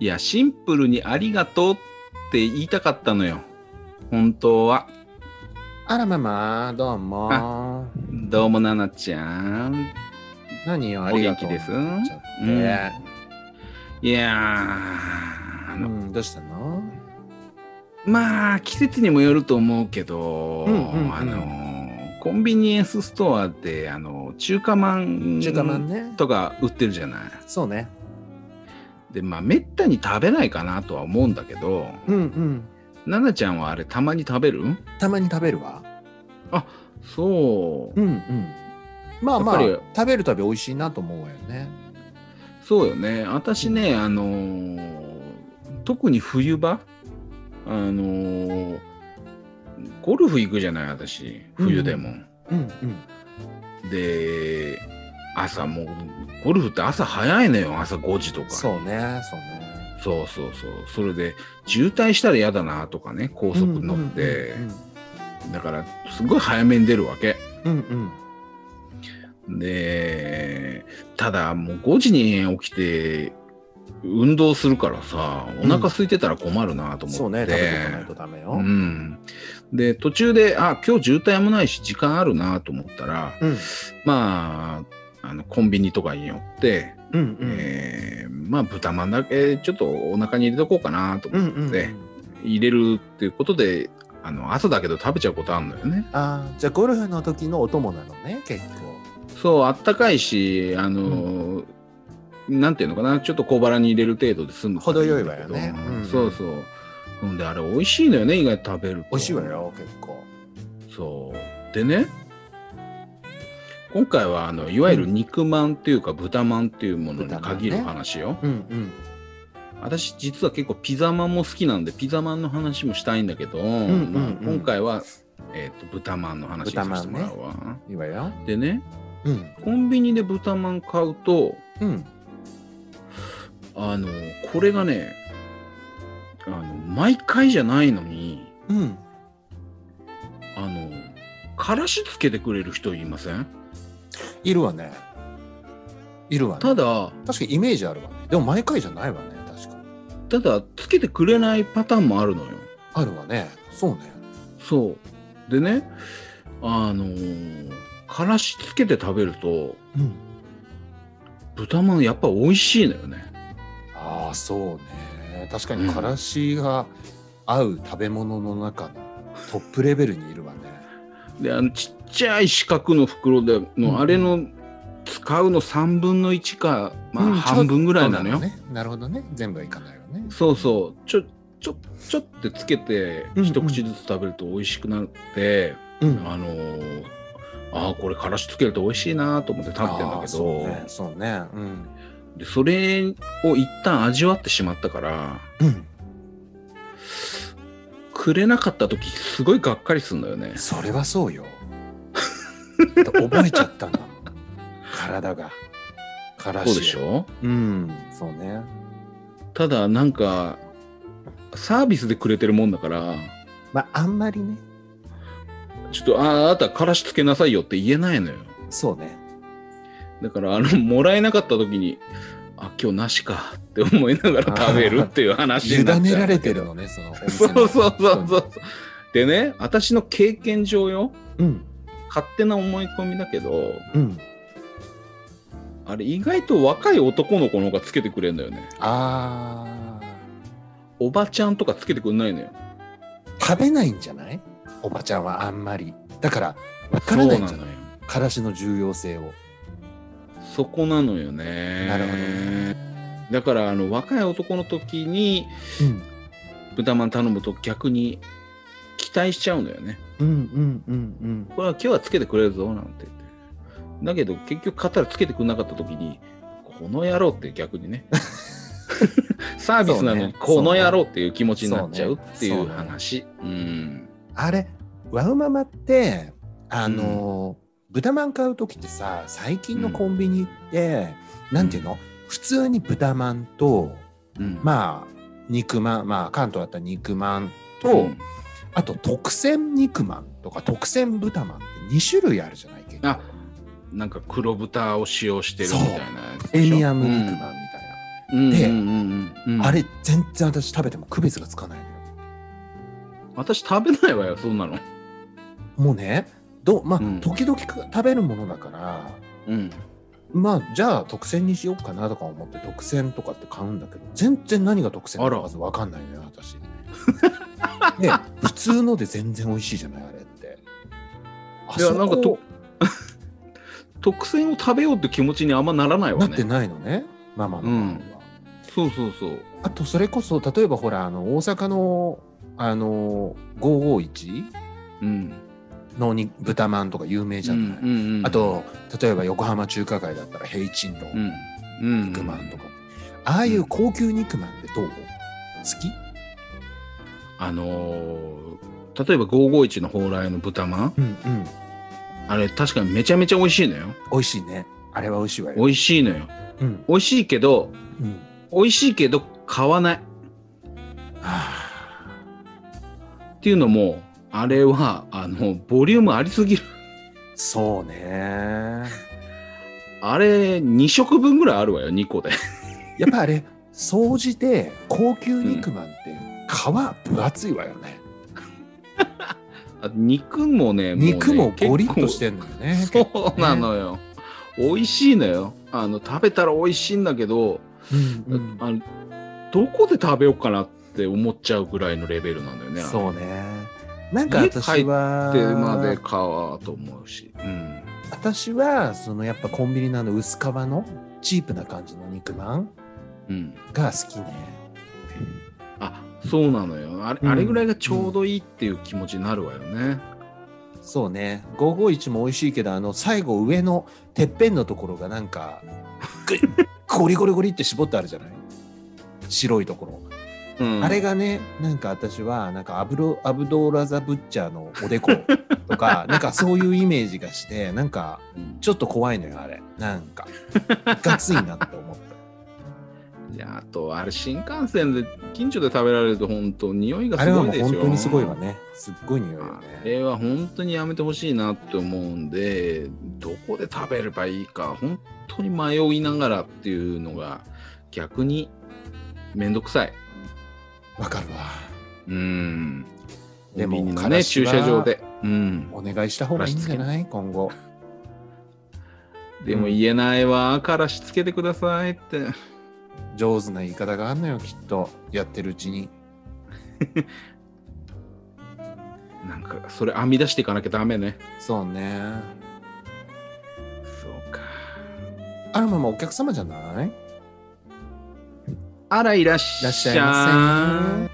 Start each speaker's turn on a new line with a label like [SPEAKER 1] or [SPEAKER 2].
[SPEAKER 1] いや、シンプルにありがとうって言いたかったのよ。本当は。
[SPEAKER 2] あらママ、どうも。
[SPEAKER 1] どうも、ななちゃん。
[SPEAKER 2] 何よ、あ
[SPEAKER 1] お
[SPEAKER 2] りが
[SPEAKER 1] 元
[SPEAKER 2] と
[SPEAKER 1] 気
[SPEAKER 2] う。
[SPEAKER 1] です
[SPEAKER 2] ちょっとね
[SPEAKER 1] いやー、あ
[SPEAKER 2] う
[SPEAKER 1] の、
[SPEAKER 2] ん、どうしたの
[SPEAKER 1] まあ、季節にもよると思うけど、
[SPEAKER 2] うんうんうん
[SPEAKER 1] あの、コンビニエンスストアで、あの、中華まん
[SPEAKER 2] 中華まんね。
[SPEAKER 1] とか売ってるじゃない。
[SPEAKER 2] そうね。
[SPEAKER 1] で、まあ、めったに食べないかなとは思うんだけど、
[SPEAKER 2] うんうん。
[SPEAKER 1] ななちゃんはあれ、たまに食べる
[SPEAKER 2] たまに食べるわ。
[SPEAKER 1] そう
[SPEAKER 2] う。んうん。まあまあ、
[SPEAKER 1] やっ
[SPEAKER 2] 食べるたび美味しいなと思うわよね。
[SPEAKER 1] そうよね。私ね、あのー特に冬場、あのーゴルフ行くじゃない、私、冬でも。
[SPEAKER 2] うんうん。
[SPEAKER 1] で、朝もう、ゴルフって朝早いのよ、朝5時とか。
[SPEAKER 2] そうね、そうね。
[SPEAKER 1] そうそうそうそれで、渋滞したら嫌だなとかね、高速乗って、だから、すごい早めに出るわけ。
[SPEAKER 2] うんうん。
[SPEAKER 1] で、ただもう5時に起きて、運動するからさ、お腹空いてたら困るなと
[SPEAKER 2] そ
[SPEAKER 1] 思
[SPEAKER 2] う
[SPEAKER 1] って。
[SPEAKER 2] ね、食べていかないとダメよ。う
[SPEAKER 1] うんん。で、途中で、あ、今日渋滞もないし、時間あるなと思ったら、
[SPEAKER 2] うん
[SPEAKER 1] まあ、あの、コンビニとかに寄って、
[SPEAKER 2] うん。
[SPEAKER 1] えーまあ、豚まんだけちょっとお腹に入れとこうかなと
[SPEAKER 2] うん
[SPEAKER 1] 思って、
[SPEAKER 2] うんうん。
[SPEAKER 1] 入れるっていうことで、あの、朝だけど食べちゃうことあるんだよね。
[SPEAKER 2] ああ、じゃあゴルフの時のお供なのね、結構。
[SPEAKER 1] そう、あったかいし、あのーなんていうのかな、ちょっと小腹に入れる程度で済むからんだけど
[SPEAKER 2] 程よいわよねうん
[SPEAKER 1] そうそう。ほんで、あれ、美味しいのよね、意外と食べると。
[SPEAKER 2] 美味しいわ。よ、結構。
[SPEAKER 1] そう。でね、今回は、あの、いわゆる肉まんっていうか、豚まんっていうものに限る
[SPEAKER 2] 豚ま
[SPEAKER 1] 話よ。
[SPEAKER 2] うんうん。
[SPEAKER 1] 私、実は結構ピザまんも好きなんで、ピザまんの話もしたいんだけど、
[SPEAKER 2] ん
[SPEAKER 1] まあ
[SPEAKER 2] うん
[SPEAKER 1] 今回は、えっ、と、豚まんの話をさせてもらうわ。
[SPEAKER 2] いいわよ。
[SPEAKER 1] でね、
[SPEAKER 2] うん。
[SPEAKER 1] コンビニで豚まん買うと、
[SPEAKER 2] うん。
[SPEAKER 1] あの、これがね、あの、毎回じゃないのに、
[SPEAKER 2] うん。
[SPEAKER 1] あの、からしつけてくれる人いません
[SPEAKER 2] いるわね。いるわね。
[SPEAKER 1] ただ、
[SPEAKER 2] 確かにイメージあるわね。でも毎回じゃないわね、確かに。
[SPEAKER 1] ただ、つけてくれないパターンもあるのよ。
[SPEAKER 2] あるわね。そうね。
[SPEAKER 1] そう。でね、あのーからしつけて食べると、
[SPEAKER 2] うん。
[SPEAKER 1] 豚まんやっぱ美味しいのよね。
[SPEAKER 2] ああ、そうね。確かにからしが合う食べ物の中のトップレベルにいるわね。
[SPEAKER 1] で、あの、ちっちゃい四角の袋で、
[SPEAKER 2] うん
[SPEAKER 1] のあれの、使うの3分の1か、まあ、半分ぐらいなのよ。
[SPEAKER 2] うんちょっとなのねなるほどね。全部はいかないよね。
[SPEAKER 1] そうそうちょちょちょってつけて
[SPEAKER 2] うんうん
[SPEAKER 1] 一口ずつ食べると美味しくなって、
[SPEAKER 2] うん。
[SPEAKER 1] あのーああこれからしつけると美味しいなと思って食べてんだ
[SPEAKER 2] あー
[SPEAKER 1] け
[SPEAKER 2] そう
[SPEAKER 1] ど
[SPEAKER 2] ね。そうね。うん。
[SPEAKER 1] そ,、でそれを一旦味わってしまったから
[SPEAKER 2] うん。
[SPEAKER 1] くれなかった時すごいがっかりするんだよね
[SPEAKER 2] それはそう よ。だって覚えちゃったんだもん。体が。からし。
[SPEAKER 1] そうでしょ
[SPEAKER 2] うん。そうね。
[SPEAKER 1] ただなんかサービスでくれてるもんだから
[SPEAKER 2] まあ、あんまりね。
[SPEAKER 1] ちょっとあああなたからしつけなさいよって言えないのよ
[SPEAKER 2] そうね。
[SPEAKER 1] だからあのもらえなかった時にあ今日なしかって思いながら食べるっていう話
[SPEAKER 2] 委
[SPEAKER 1] になっち
[SPEAKER 2] ね
[SPEAKER 1] ゃう
[SPEAKER 2] ら
[SPEAKER 1] んだ
[SPEAKER 2] れ
[SPEAKER 1] け
[SPEAKER 2] て
[SPEAKER 1] ど
[SPEAKER 2] るのね、その お
[SPEAKER 1] そ
[SPEAKER 2] 店
[SPEAKER 1] う
[SPEAKER 2] の人に。
[SPEAKER 1] そうそうそうでね私の経験上よ
[SPEAKER 2] うん。
[SPEAKER 1] 勝手な思い込みだけど
[SPEAKER 2] うん。
[SPEAKER 1] あれ意外と若い男の子の方がつけてくれるんだよね
[SPEAKER 2] あ
[SPEAKER 1] おばちゃんとかつけてくんないのよ
[SPEAKER 2] ー。食べないんじゃないおばちゃんはあんまり。だから、わからないんじ
[SPEAKER 1] そ
[SPEAKER 2] ゃ
[SPEAKER 1] う
[SPEAKER 2] な
[SPEAKER 1] ないのよ
[SPEAKER 2] からしの重要性を。
[SPEAKER 1] そこなのよね
[SPEAKER 2] なるほど
[SPEAKER 1] だからあの若い男の時に
[SPEAKER 2] うん。
[SPEAKER 1] 豚まん頼むと逆に期待しちゃうのよね
[SPEAKER 2] うんうんうん
[SPEAKER 1] これは今日はつけてくれるぞなんて言って。だけど結局買ったらつけてくれなかった時に、この野郎って逆に ね。サービスなのに
[SPEAKER 2] そうね
[SPEAKER 1] この野郎っていう気持ちになっちゃう
[SPEAKER 2] そうね
[SPEAKER 1] っていう話。うん。
[SPEAKER 2] あれ、ワウママって、あのー、豚まん買う時ってさ、最近のコンビニって、なんていうの普通に豚まんと、
[SPEAKER 1] うん
[SPEAKER 2] まあ、肉まん、まあ、関東だったら肉まんと、
[SPEAKER 1] うん
[SPEAKER 2] あと特選肉まんとか特選豚まんって2種類あるじゃないけど
[SPEAKER 1] あ、なんか黒豚を使用してるみたいなやつで
[SPEAKER 2] エ
[SPEAKER 1] しょ
[SPEAKER 2] ミアム肉まんみたいな、
[SPEAKER 1] うん
[SPEAKER 2] で
[SPEAKER 1] うんうんうんうん
[SPEAKER 2] あれ全然私食べても区別がつかないのよ
[SPEAKER 1] 私食べないわよそんなの
[SPEAKER 2] もうねどうまあ、
[SPEAKER 1] うん
[SPEAKER 2] 時々か食べるものだから
[SPEAKER 1] うん
[SPEAKER 2] まあじゃあ特選にしようかなとか思って特選とかって買うんだけど全然何が特選なのか
[SPEAKER 1] あら
[SPEAKER 2] まず分かんないのよ 私で普通ので全然美味しいじゃないあれってあ
[SPEAKER 1] いや
[SPEAKER 2] そこ
[SPEAKER 1] なんかと 特選を食べようって気持ちにあんまならないわ
[SPEAKER 2] なっ
[SPEAKER 1] ね
[SPEAKER 2] てないのねママの場合は、
[SPEAKER 1] うんそうそうそう
[SPEAKER 2] あとそれこそ例えばほらあの大阪のあの551
[SPEAKER 1] うん
[SPEAKER 2] のに豚まんとか有名じゃない、
[SPEAKER 1] うんうんうん
[SPEAKER 2] あと例えば横浜中華街だったら平珍楼、
[SPEAKER 1] うんうん
[SPEAKER 2] 肉まんとか、ああいう高級肉まんってどう、好き
[SPEAKER 1] あのー例えば551の蓬莱の豚まん
[SPEAKER 2] うんうん
[SPEAKER 1] あれ確かにめちゃめちゃ美味しいのよ
[SPEAKER 2] 美味しいねあれは美味しいわよ
[SPEAKER 1] 美味しいのよ
[SPEAKER 2] うん
[SPEAKER 1] 美味しいけど
[SPEAKER 2] うん
[SPEAKER 1] 美味しいけど買わない
[SPEAKER 2] はあ
[SPEAKER 1] っていうのもあれはあのボリュームありすぎる
[SPEAKER 2] そうね
[SPEAKER 1] あれ2食分ぐらいあるわよ2個で
[SPEAKER 2] やっぱあれ総じて高級肉まんって皮分厚いわよね、
[SPEAKER 1] あ肉もねうね
[SPEAKER 2] 肉もゴリッとして
[SPEAKER 1] 結
[SPEAKER 2] んのよね
[SPEAKER 1] 構そうなのよ美味しいのよあの食べたら美味しいんだけど、
[SPEAKER 2] うんうん
[SPEAKER 1] あのどこで食べようかなって思っちゃうぐらいのレベルなんだよね
[SPEAKER 2] そうねなんか私は
[SPEAKER 1] 手まで買わと思うし、うん、
[SPEAKER 2] 私はそのやっぱコンビニのあの薄皮のチープな感じの肉まん
[SPEAKER 1] うん、
[SPEAKER 2] が好きね
[SPEAKER 1] あそうなのよあれ,、
[SPEAKER 2] うん
[SPEAKER 1] あれぐらいがちょうどいいっていう気持ちになるわよね、
[SPEAKER 2] そうね551も美味しいけどあの最後上のてっぺんのところがなんかぐゴリゴリゴリって絞ってあるじゃない白いところ、
[SPEAKER 1] うん
[SPEAKER 2] あれがねなんか私はなんかアブロアブドーラザ・ブッチャーのおでこ とかなんかそういうイメージがしてなんか
[SPEAKER 1] うん
[SPEAKER 2] ちょっと怖いのよあれなん かガツいなって思った
[SPEAKER 1] いやあとあれ新幹線で近所で食べられると本当匂いが
[SPEAKER 2] あ
[SPEAKER 1] す
[SPEAKER 2] れ
[SPEAKER 1] ご
[SPEAKER 2] は
[SPEAKER 1] い
[SPEAKER 2] もう
[SPEAKER 1] でしょ
[SPEAKER 2] 本当にすごいわね。すっごい匂いよ
[SPEAKER 1] あ
[SPEAKER 2] ね。
[SPEAKER 1] れは本当にやめてほしいなって思うんでどこで食べればいいか本当に迷いながらっていうのが逆にめんどくさい
[SPEAKER 2] わかるわ。
[SPEAKER 1] うん
[SPEAKER 2] でも
[SPEAKER 1] コンビニの
[SPEAKER 2] から
[SPEAKER 1] ね
[SPEAKER 2] し
[SPEAKER 1] 駐
[SPEAKER 2] は
[SPEAKER 1] 車場でうん
[SPEAKER 2] お願いした方がいいんじゃない今後。
[SPEAKER 1] でも言えないわからしつけてくださいって
[SPEAKER 2] 上手な言い方があんのよ、きっと。やってるうちに。
[SPEAKER 1] なんかそれ編み出していかなきゃダメね
[SPEAKER 2] そうね。
[SPEAKER 1] そうか
[SPEAKER 2] あらままお客様じゃない
[SPEAKER 1] あらいらっしゃい
[SPEAKER 2] いらっしゃいませ。